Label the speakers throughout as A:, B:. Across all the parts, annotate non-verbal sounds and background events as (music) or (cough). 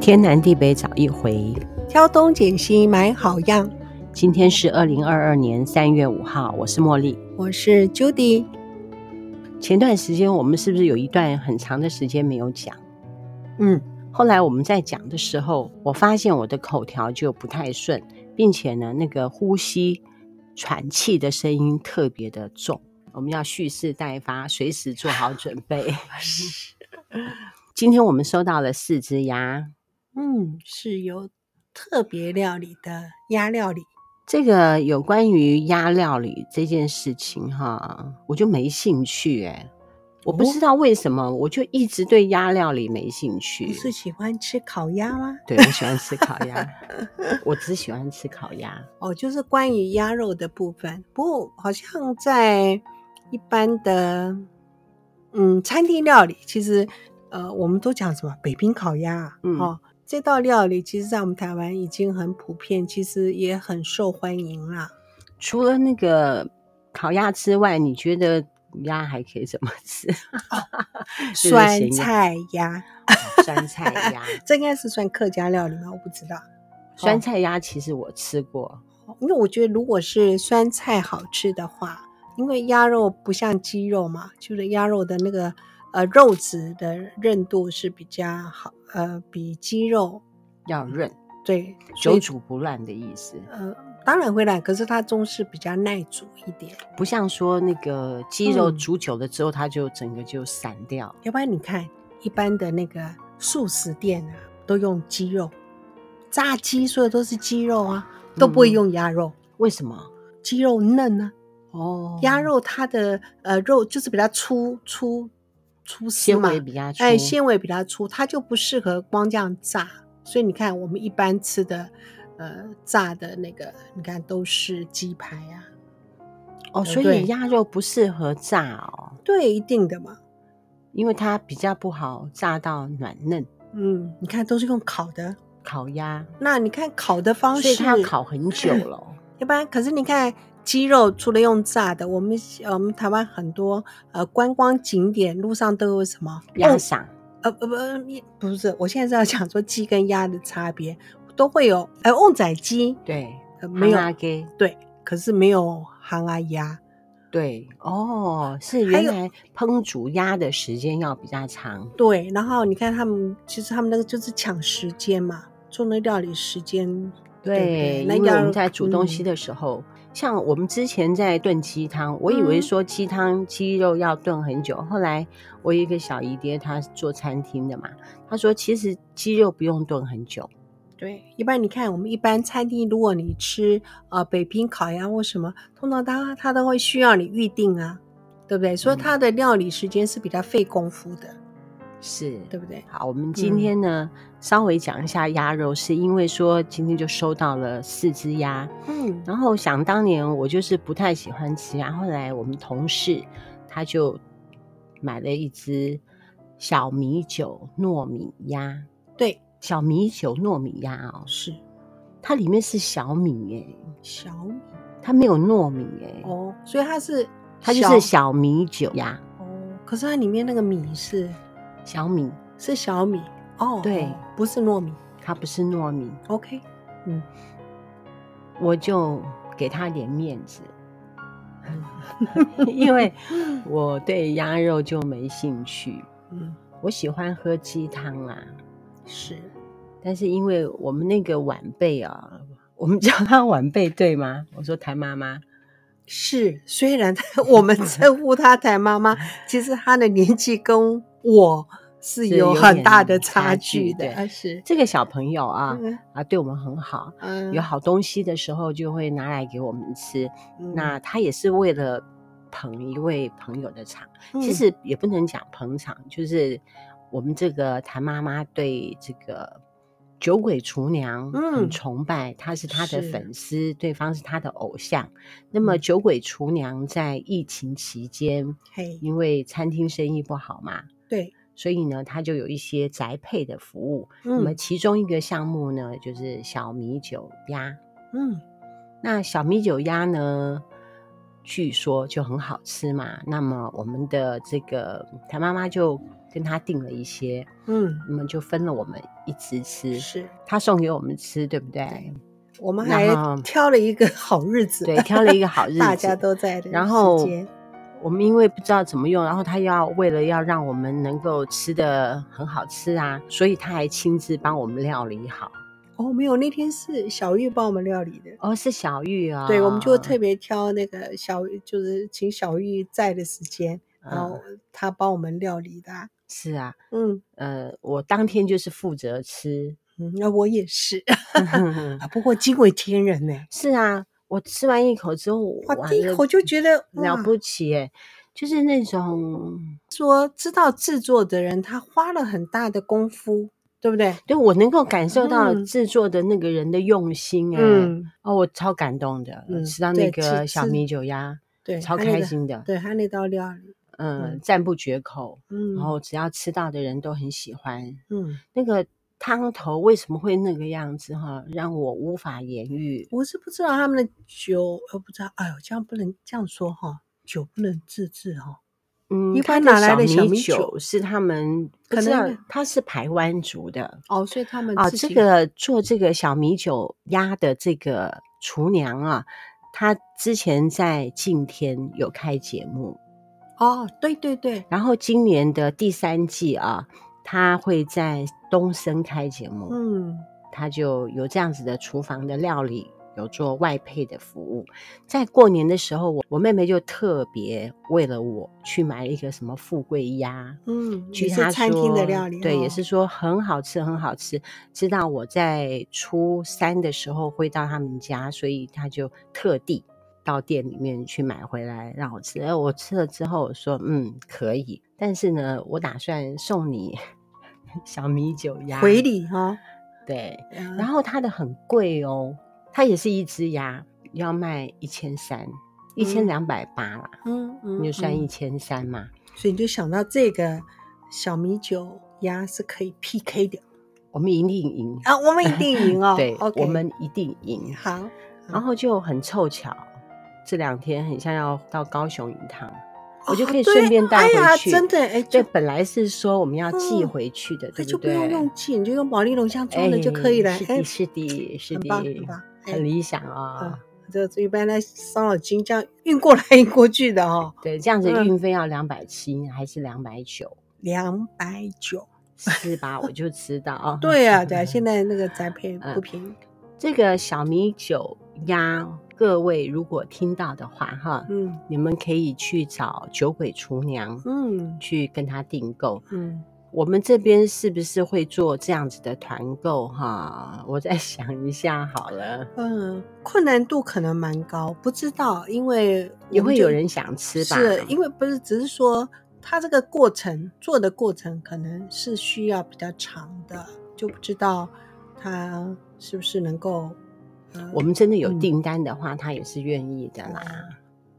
A: 天南地北找一回。
B: 挑东拣西买好样。
A: 今天是二零二二年三月五号，我是茉莉。
B: 我是 Judy，
A: 前段时间我们是不是有一段很长的时间没有讲？
B: 嗯，
A: 后来我们在讲的时候，我发现我的口条就不太顺，并且呢，那个呼吸、喘气的声音特别的重。我们要蓄势待发，随时做好准备。今天我们收到了四只鸭，
B: 嗯，是有特别料理的鸭料理，
A: 这个有关于鸭料理这件事情哈，我就没兴趣哎、我不
B: 哦
A: 知道为什么，我就一直对鸭料理没兴趣。
B: 不是喜欢吃烤鸭吗？
A: 对，我喜欢吃烤鸭，
B: (laughs)
A: 我只喜欢吃烤鸭。
B: 哦，就是关于鸭肉的部分。不过好像在一般的嗯餐厅料理，其实呃我们都讲什么北冰烤鸭、啊，
A: 嗯
B: 哦，这道料理其实在我们台湾已经很普遍，其实也很受欢迎啦。
A: 除了那个烤鸭之外，你觉得鸭还可以怎么
B: (laughs)
A: 吃？是咸
B: 酸
A: 鸭
B: 菜鸭，
A: 酸菜
B: (laughs)
A: 鸭，
B: 这应该是算客家料理吗？我不知道。
A: 酸菜鸭其实我吃过，
B: 因为我觉得如果是酸菜好吃的话，因为鸭肉不像鸡肉嘛，就是鸭肉的那个呃肉质的韧度是比较好，呃，比鸡肉
A: 要润，
B: 对，嗯所
A: 久
B: 以
A: 煮不烂的意思，
B: 呃当然会烂，可是它中式比较耐煮一点，
A: 不像说那个鸡肉
B: 嗯
A: 煮久了之后，它就整个就散掉。
B: 要不然你看一般的那个素食店啊，都用鸡肉，炸鸡所有都是鸡肉啊，都不会
A: 嗯
B: 用鸭肉，
A: 为什么？
B: 鸡肉嫩啊。
A: 哦，
B: 鸭肉它的呃肉就是比较粗粗粗丝
A: 纤
B: 嘛，
A: 维比较粗，
B: 哎，纤维比较粗，它就不适合光这样炸。所以你看我们一般吃的呃炸的那个，你看都是鸡排啊，
A: 哦，所
B: 对
A: 以鸭肉不适合炸哦，
B: 对，一定的嘛。
A: 因为它比较不好炸到软嫩。
B: 嗯，你看都是用烤的，
A: 烤鸭，
B: 那你看烤的方式，
A: 所以它要烤很久了 (clears throat) 哦。
B: 一般，可是你看鸡肉除了用炸的，我们呃我们台湾很多呃观光景点路上都有什么
A: 鸭
B: 哦
A: 嗓
B: 呃不不一不是，我现在是要讲说鸡跟鸭的差别，都会有呃旺仔鸡、
A: 对，
B: 呃、没有
A: 哈拉给
B: 对，可是没有行啊鸭，
A: 对哦，是
B: 还
A: 原
B: 有
A: 来烹煮鸭的时间要比较长，
B: 对，然后你看他们其实他们那个就是抢时间嘛，做那料理时间，对
A: 对，
B: 那
A: 因为
B: 鸭
A: 我们
B: 肉
A: 在煮东西
B: 嗯
A: 的时候，像我们之前在炖鸡汤，我以为
B: 嗯
A: 说鸡汤鸡肉要炖很久，后来我有一个小姨爹，他做餐厅的嘛，他说其实鸡肉不用炖很久，
B: 对，一般你看我们一般餐厅，如果你吃呃北冰烤鸭或什么，通常它它都会需要你预定啊，对不对？所以
A: 嗯
B: 它的料理时间是比较费功夫的，
A: 是
B: 对不对？
A: 好，我们
B: 嗯
A: 今天呢、稍微讲一下鸭肉，是因为说今天就收到了四只鸭，
B: 嗯
A: 然后想当年我就是不太喜欢吃鸭，后来我们同事他就买了一只小米酒糯米鸭，
B: 对，
A: 小米酒糯米鸭哦，
B: 是
A: 它里面是小米耶、
B: 小米
A: 它没有糯米耶、
B: 哦，所以它是
A: 它就是小米酒鸭，
B: 哦，可是它里面那个米是
A: 小米，
B: 是小米哦，
A: 对
B: 哦不是糯米。
A: 它不是糯米，
B: OK，
A: 我就给他点面子， (laughs) 因为我对鸭肉就没兴趣，
B: 嗯，
A: 我喜欢喝鸡汤啦、
B: 是
A: 但是因为我们那个晚辈啊，我们叫他晚辈对吗？我说谭妈妈，
B: 是，虽然她我们称呼她台妈
A: (laughs)
B: 妈，其实她的年纪跟我是
A: 是有
B: 有很
A: 点
B: 大的
A: 差
B: 差
A: 距
B: 距的，
A: 对
B: 啊是
A: 这个小朋友啊、
B: 嗯
A: 啊，对我们很好，
B: 嗯
A: 有好东西的时候就会拿来给我们吃。
B: 嗯
A: 那他也是为了捧一位朋友的场，其
B: 嗯
A: 实也不能讲捧场，就是我们这个谭妈妈对这个酒鬼厨娘
B: 嗯
A: 很崇拜，她是她的
B: 是
A: 粉丝，对方是她的偶像。那么
B: 嗯
A: 酒鬼厨娘在疫情期间，
B: 嘿
A: 因为餐厅生意不好嘛，
B: 对，
A: 所以呢，她就有一些宅配的服务。那么
B: 嗯
A: 其中一个项目呢，就是小米酒鸭。
B: 嗯
A: 那小米酒鸭呢，据说就很好吃嘛。那么我们的这个他妈妈就跟他订了一些，
B: 嗯，
A: 那么就分了我们一直吃，
B: 是
A: 他送给我们吃，对不对？
B: 我们
A: 然
B: 还
A: 后
B: 挑了一个好日子，
A: 对，挑了一个好日子，
B: 大家都在的
A: 然
B: 时
A: 后
B: 间
A: 我们因为不知道怎么用，然后他要为了要让我们能够吃的很好吃啊，所以他还亲自帮我们料理好。
B: 哦，没有，那天是小玉帮我们料理的。
A: 哦，是小玉啊、
B: 对，我们就特别挑那个小，就是请小玉在的时间，然后
A: 嗯
B: 她帮我们料理的啊、
A: 是啊，
B: 嗯
A: 呃，我当天就是负责
B: (laughs)
A: 吃， (laughs)
B: 嗯，那我也是，啊不过惊为天人呢、
A: 是啊，我吃完一口之后，
B: 哇，
A: 哇
B: 第一
A: 这
B: 口就觉得
A: 了
B: 哇
A: 不起哎、就是那种，
B: 说知道制作的人他花了很大的功夫，对不对？
A: 对我能够感受到
B: 嗯
A: 制作的那个人的用心哎、
B: 嗯，
A: 哦，我超感动的，
B: 嗯
A: 吃到
B: 对
A: 那个
B: 吃
A: 小
B: 吃
A: 米酒鸭，
B: 对，
A: 超
B: 他那
A: 开
B: 个，
A: 心的，
B: 对他那道料理，
A: 嗯，
B: 嗯
A: 赞不绝口。
B: 嗯，
A: 然后只要吃到的人都很喜欢
B: 嗯，
A: 那个汤头，为什么会那个样子哈？让我无法言喻。
B: 我是不知道他们的酒，呃，不知道，哎呦，这样不能这样说哈，酒不能自制哈，
A: 嗯，
B: 一
A: 它
B: 般哪来的小
A: 小
B: 米酒
A: 酒是他们不
B: 可
A: 知道
B: 能，
A: 他是台湾族的
B: 哦，所以他们
A: 啊。
B: 自
A: 这
B: 己
A: 个做这个小米酒鸭的这个厨娘啊，她之前在敬天有开节目，
B: 哦，对对对，
A: 然后今年的第三季啊，她会在东升开节目。
B: 嗯，
A: 他就有这样子的厨房的料理，有做外配的服务。在过年的时候，我我妹妹就特别为了我去买了一个什么富贵鸭，
B: 嗯，
A: 据
B: 也
A: 她
B: 是餐厅的
A: 说
B: 料理，
A: 对，也
B: 哦
A: 是说很好吃，很好吃。知道我在初三的时候会到他们家，所以她就特地。到店里面去买回来让我吃，而我吃了之后我说嗯可以，但是呢，我打算送你 (laughs) 小米酒鸭
B: 回礼哈，
A: 对，然
B: 然
A: 后它的很贵哦，它也是一只鸭，要卖一千三，一千两百八啦，
B: 嗯嗯，
A: 你就算
B: 嗯
A: 一千三嘛。
B: 所以你就想到这个小米酒鸭是可以 PK 的
A: 我们一定赢，
B: 啊，我们一定赢哦。
A: (laughs) 对
B: o k
A: 我们一定赢。
B: 好，
A: 然后就很凑巧，这两天很像要到高雄一趟，我就
B: 哦
A: 可以
B: 对
A: 顺便带
B: 哎呀
A: 回去。
B: 真的
A: 对，
B: 哎，就
A: 本来是说我们要寄
B: 嗯
A: 回去的，
B: 哎
A: 对
B: 就不
A: 对？
B: 用用寄，你就用保利龙箱装
A: 哎
B: 了就可以了。
A: 是
B: 哎
A: 的，，是的，是
B: 很
A: 的，
B: 棒很棒，哎
A: 很理想啊。
B: 这一般的伤脑筋这样运过来运过去的哦，
A: 对，这样子
B: 嗯
A: 运费要两百七还是两百九？
B: 两百九。
A: 是吧？我就知
B: (laughs)
A: 道啊。
B: 对啊，对啊，现在那个宅配
A: 嗯
B: 不便宜。
A: 这个小米酒鸭，各位如果听到的话哈，
B: 嗯
A: 你们可以去找酒鬼厨娘
B: 嗯
A: 去跟他订购。
B: 嗯，
A: 我们这边是不是会做这样子的团购哈？我再 (laughs) 想一下好了，
B: 嗯，困难度可能蛮高，不知道，因为
A: 也
B: 我们
A: 会
B: 就
A: 有人想吃吧？
B: 是因为不是，只是说它这个过程做的过程可能是需要比较长的，就不知道它是不是能够。呃
A: 我们真的有
B: 嗯
A: 订单的话，他也是愿意的啦。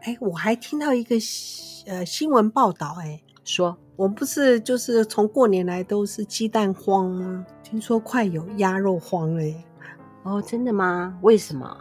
B: 哎，我还听到一个新呃新闻报道，哎，
A: 说
B: 我们不是就是从过年来都是鸡蛋荒吗？听说快有鸭肉荒了耶。
A: 哦，真的吗？为什么？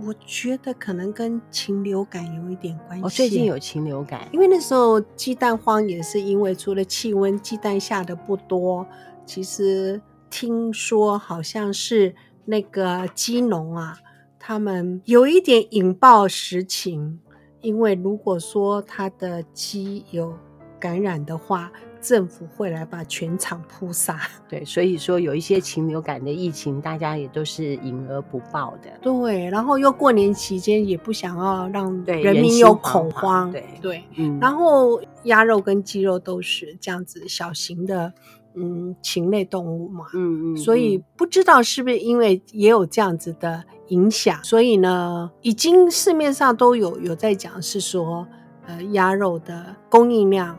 B: 我觉得可能跟禽流感有一点关系。啊
A: 我、哦最近有禽流感，
B: 因为那时候鸡蛋荒也是因为除了气温，鸡蛋下的不多。其实听说好像是那个鸡农啊，他们有一点引爆实情，因为如果说他的鸡有感染的话，政府会来把全场扑杀。 (laughs)
A: 对，所以说有一些禽流感的疫情，大家也都是隐而不报的。
B: 对，然后又过年期间也不想要让
A: 对
B: 人
A: 人
B: 民
A: 心
B: 有
A: 惶
B: 恐
A: 惶
B: 慌，
A: 对
B: 对。
A: 嗯，
B: 然后鸭肉跟鸡肉都是这样子小型的，嗯，禽类动物嘛，
A: 嗯嗯，
B: 所以不知道是不是因为也有这样子的影响，所以呢，已经市面上都有有在讲是说，呃，鸭肉的供应量
A: 嗯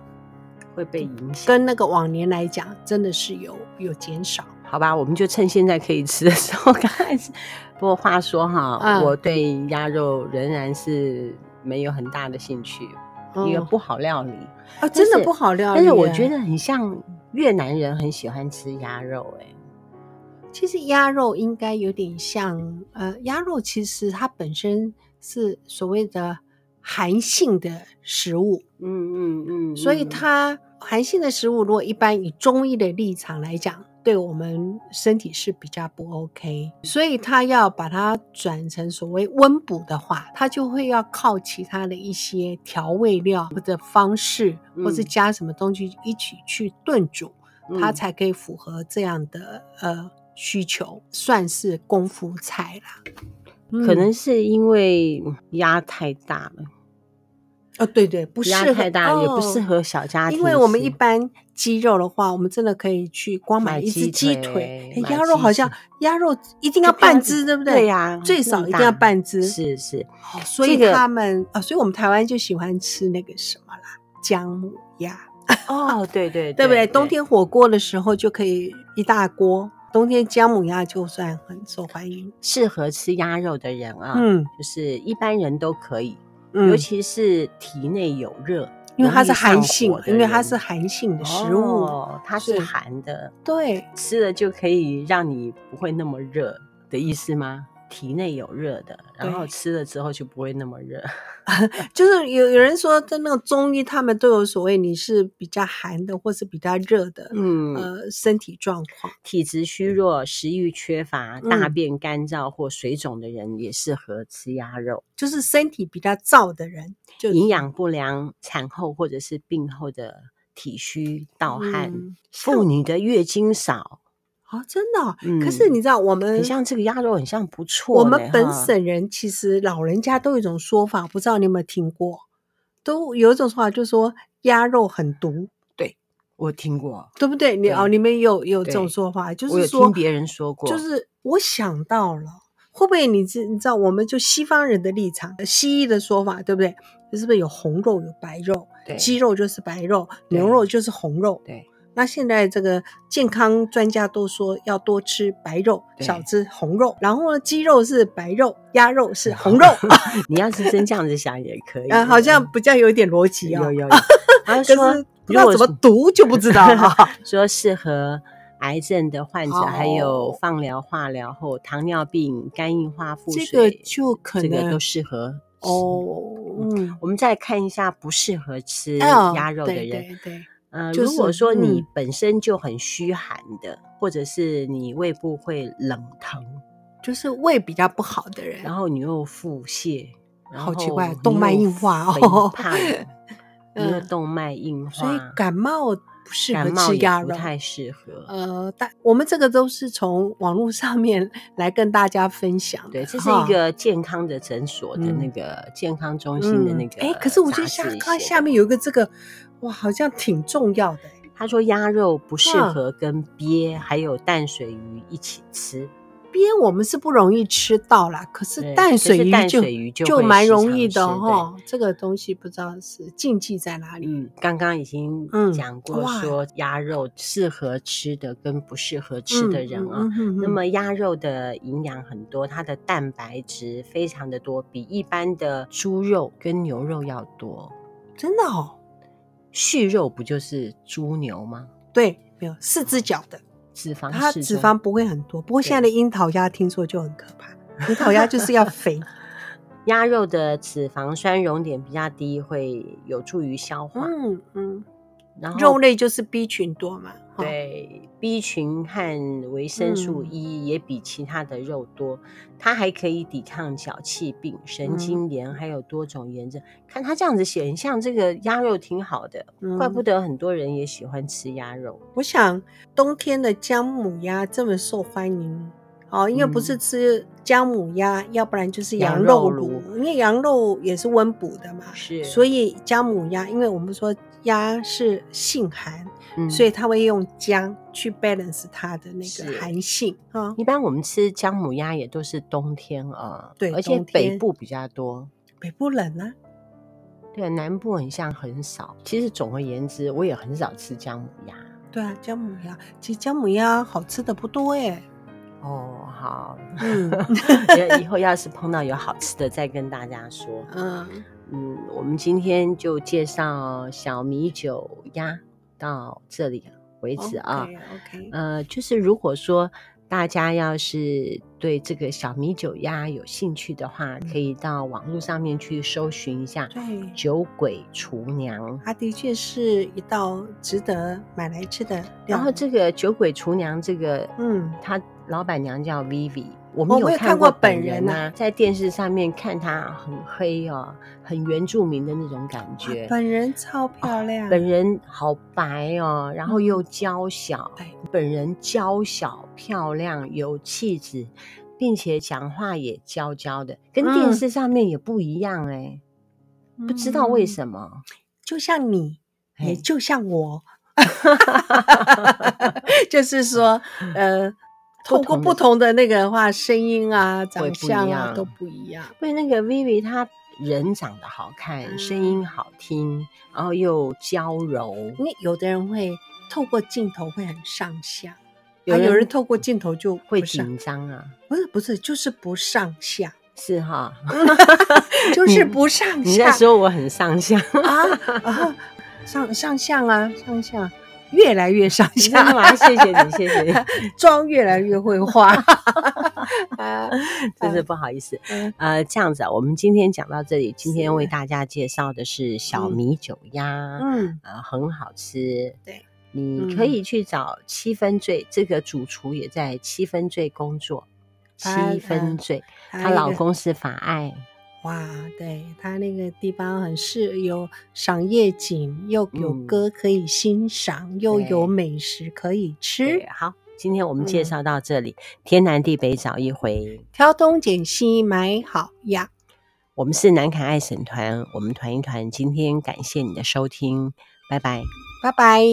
A: 会被影响，
B: 跟那个往年来讲，真的是有有减少。
A: 好吧？我们就趁现在可以吃的时候赶快吃。 (laughs) 不过话说哈，
B: 嗯
A: 我对鸭肉仍然是没有很大的兴趣，一个
B: 嗯
A: 不好料理。
B: 啊，真的
A: 是
B: 不好料理
A: 但
B: 耶。
A: 是我觉得很像越南人很喜欢吃鸭肉、欸，
B: 其实鸭肉应该有点像，呃，鸭肉其实它本身是所谓的寒性的食物，
A: 嗯嗯嗯，
B: 所以
A: 嗯
B: 它寒性的食物，如果一般以中医的立场来讲，对我们身体是比较不 OK，所以它要把它转成所谓温补的话，它就会要靠其他的一些调味料或者方式，或
A: 嗯
B: 是加什么东西一起去炖煮，它
A: 嗯
B: 才可以符合这样的呃需求，算是功夫菜啦。
A: 可
B: 嗯
A: 能是因为压太大了，
B: 哦，对对，嗯不适
A: 压
B: 合
A: 太大了也不
B: 哦
A: 适合小家庭吃，
B: 因为我们一般鸡肉的话，我们真的可以去光买
A: 买
B: 一只
A: 鸡
B: 鸡
A: 腿
B: 腿，
A: 买
B: 诶鸭肉
A: 鸡
B: 好像
A: 腿
B: 鸭肉一定
A: 就
B: 要
A: 不要
B: 半
A: 是
B: 只，对不对？
A: 对呀、
B: 最
A: 这
B: 少
A: 么
B: 一定要
A: 大
B: 半只。
A: 是是，
B: 哦，所
A: 这
B: 以
A: 个
B: 他们啊、所以我们台湾就喜欢吃那个什么啦，姜母鸭，
A: 哦，对对
B: 对不对？冬天火锅的时候就可以一大锅，冬天姜母鸭就算很受欢迎。
A: 适合吃鸭肉的人啊，
B: 嗯
A: 就是一般人都可以，
B: 嗯
A: 尤，其是体内有热，
B: 因为它是
A: 容易上
B: 寒性
A: 火，的
B: 因为它
A: 人
B: 是寒性的食物，
A: 哦它是
B: 是
A: 寒的，
B: 对，
A: 吃了就可以让你不会那么热的意思吗？体内有热的，然后
B: 对
A: 吃了之后就不会那么
B: (laughs)
A: 热。
B: 就是有有人说，在那个中医，他们都有所谓你是比较寒的，或是比较热的，
A: 嗯，
B: 呃，身体状况。
A: 体质虚弱、食欲缺乏、大
B: 嗯
A: 便干燥或水肿的人也适合吃鸭肉。
B: 就是身体比较燥的人，就
A: 营养不良、产后或者是病后的体虚、盗汗、
B: 嗯
A: 妇女的月经少，
B: 啊、真的哦、
A: 嗯
B: 可是你知道，我们
A: 很像这个鸭肉，很像不错呢。
B: 我们本
A: 哈
B: 省人其实老人家都有一种说法，不知道你有没有听过？都有一种说法，就是说鸭肉很毒，
A: 我听过，
B: 对不对？你哦，
A: 对
B: 你们有有这种
A: 对
B: 说法，就
A: 我有
B: 是说
A: 听别人说过，
B: 就是我想到了，会不会你知你知道，我们就西方人的立场，西医的说法，对不对？就是不是有红肉有白肉，
A: 对
B: 鸡肉就是白肉，
A: 对
B: 牛肉就是红肉。
A: 对
B: 那现在这个健康专家都说要多吃白肉，
A: 对
B: 少吃红肉。然后呢，鸡肉是白肉，鸭肉是红
A: (laughs)
B: 肉， (laughs)
A: 你要是真这样子想也可以。
B: 啊，好像比较有点逻辑
A: 有
B: 哦
A: 有。
B: (laughs)
A: 有，他
B: 可
A: 说
B: 是不知
A: 如
B: 道
A: 果
B: 怎么
A: 是
B: 读就不知道了。
A: (laughs) 说适合癌症的患者，还有
B: 哦
A: 放疗、化疗后糖尿病、肝硬化、腹
B: 这
A: 水，
B: 个就可
A: 这个
B: 能
A: 都适合吃。
B: 哦，嗯，
A: 我们再看一下不适合吃
B: 哦
A: 鸭肉的
B: 对
A: 人，
B: 对对
A: 呃，
B: 就
A: 如果
B: 是
A: 说你
B: 嗯
A: 本身就很虚寒的，或者是你胃部会冷疼，
B: 就是胃比较不好的人，
A: 然后你又腹泻，然
B: 好奇
A: 后
B: 怪
A: 你
B: 动脉
A: 又
B: 硬化哦
A: 肥
B: (laughs)
A: 胖你又
B: 嗯
A: 动脉硬化，
B: 所以感冒不适合
A: 感冒
B: 吃
A: 也
B: 鸭
A: 不
B: 肉。
A: 太适合。
B: 呃，但我们这个都是从网络上面来跟大家分享的。
A: 对，这是
B: 哈
A: 一个健康的诊所的那
B: 嗯
A: 个健康中心的那个杂志写的。
B: 哎、诶可是我觉得下看下面有一个这个，哇，好像挺重要的、诶
A: 他说鸭肉不适
B: 嗯
A: 合跟鳖还有淡水鱼一起吃，
B: 鳖我们是不容易吃到啦，可是
A: 对
B: 淡
A: 可
B: 水
A: 是
B: 鱼就
A: 淡水鱼就会
B: 蛮
A: 时
B: 容
A: 常
B: 易的
A: 吃对
B: 哈。这个东西不知道是禁忌在哪里。
A: 嗯，刚刚已经
B: 嗯
A: 讲过
B: 哇
A: 说鸭肉适合吃的跟不适合吃的人啊。
B: 嗯嗯嗯
A: 那
B: 嗯
A: 么鸭肉的营养很多，它的蛋白质非常的多，比一般的猪肉跟牛肉要多。
B: 真的哦，
A: 畜肉不就是猪牛吗？
B: 对，没有四只脚的。
A: 脂肪
B: 它
A: 适
B: 脂
A: 中
B: 肪不会很多，不过现在的樱桃鸭听说就很可怕，樱桃鸭就是
A: (laughs)
B: 要肥，
A: 鸭肉的脂肪酸溶点比较低，会有助于消化。
B: 嗯嗯，
A: 然后
B: 肉类就是 B 群多嘛，哈，
A: 对 B 群和维生素
B: 嗯
A: E 也比其他的肉多，它还可以抵抗脚气病、
B: 嗯
A: 神经炎，还有多种炎症。看它这样子写，很像这个鸭肉挺好的，怪不
B: 嗯
A: 得很多人也喜欢吃鸭肉。
B: 我想冬天的姜母鸭这么受欢迎。哦，因为不是
A: 嗯
B: 吃姜母鸭，要不然就是
A: 羊
B: 羊
A: 肉
B: 肉
A: 炉
B: 炉，因为羊肉也是温补的嘛，
A: 是，
B: 所以姜母鸭，因为我们说鸭是性寒，
A: 嗯
B: 所以它会用姜去 balance 它的那
A: 是
B: 个寒性啊。
A: 一般我们吃姜母鸭也都是冬天啊，
B: 对
A: 而且
B: 冬
A: 北
B: 天
A: 部比较多。
B: 北部冷啊，
A: 对，南部很像很少。其实总而言之，我也很少吃姜母鸭。
B: 对啊，姜母鸭，其实姜母鸭好吃的不多哎、
A: (laughs) 哦，好，
B: 嗯
A: 以后 (laughs) 要是碰到有好吃的，再跟大家说。
B: 嗯，
A: 嗯，我们今天就介绍小米酒鸭到这里为止啊。嗯
B: ，OK，
A: 呃，就是如果说大家要是对这个小米酒鸭有兴趣的话，可以到网络上面去搜寻一下
B: 嗯对
A: “酒鬼厨娘
B: 它的确是一道值得买来吃的”。料理。
A: 然后这个“酒鬼厨娘”这个，
B: 嗯，
A: 她老板娘叫 Vivi，我
B: 哦
A: 们
B: 我有
A: 看
B: 看过
A: 本
B: 本人
A: 人啊，在电视上面看她很黑哦，很原住民的那种
B: 啊
A: 感觉。哦
B: 本人超漂亮，
A: 本人好白哦，然后
B: 嗯
A: 又娇小，
B: 哎
A: 本人娇小漂亮有气质，并且讲话也娇娇的，跟电
B: 嗯
A: 视上面也不一样哎、不知道
B: 嗯
A: 为什么。
B: 么，就像你，也
A: 哎
B: 就
A: (laughs)
B: 像我，就是说，呃，
A: 不
B: 透
A: 同
B: 过
A: 的
B: 不同的那个话，声音啊、长
A: 不一
B: 相啊
A: 样
B: 都不一样。
A: 因为那个 Vivi 她人长得好看，声
B: 嗯
A: 音好听，然后又娇柔，
B: 因为有的人会透过镜头会很上下，
A: 有
B: 啊，有
A: 人
B: 人透过镜头就
A: 会
B: 不上，
A: 紧张啊，
B: 不是不是，就是不上
A: (laughs)
B: 下，
A: 是哈。
B: 就是啊
A: 你
B: 不上
A: 你那
B: 下
A: 时候我很上
B: (laughs)
A: 相，
B: 啊啊，上上相啊，上相，越来越上
A: 真
B: 下
A: 的。吗？谢谢你，谢谢你，
B: (laughs) 妆越来越会
A: (laughs)
B: 化。啊
A: 真是不好意思。
B: 嗯
A: 呃，这样子啊，我们今天讲到这里。今天
B: 是
A: 为大家介绍的是小
B: 嗯
A: 米酒鸭，
B: 嗯，
A: 呃，很好吃。
B: 对，
A: 你可
B: 嗯
A: 以去找七分醉，这个主厨也在七分醉工作。
B: 她
A: 七分
B: (laughs) 呃
A: 醉，
B: 她
A: 她
B: 一
A: 老
B: 个
A: 公是法爱，
B: 哇，对他那个地方很适有赏夜景，又有
A: 嗯
B: 歌可以欣赏，又
A: 对
B: 有美食可以吃
A: 对，，啊好。嗯今天我们介
B: 嗯
A: 绍到这里，天南地北找一回。
B: 挑东拣西买好呀。
A: 我们是南凯爱省团，我们团一团。今天感谢你的收听，拜拜。
B: 拜拜。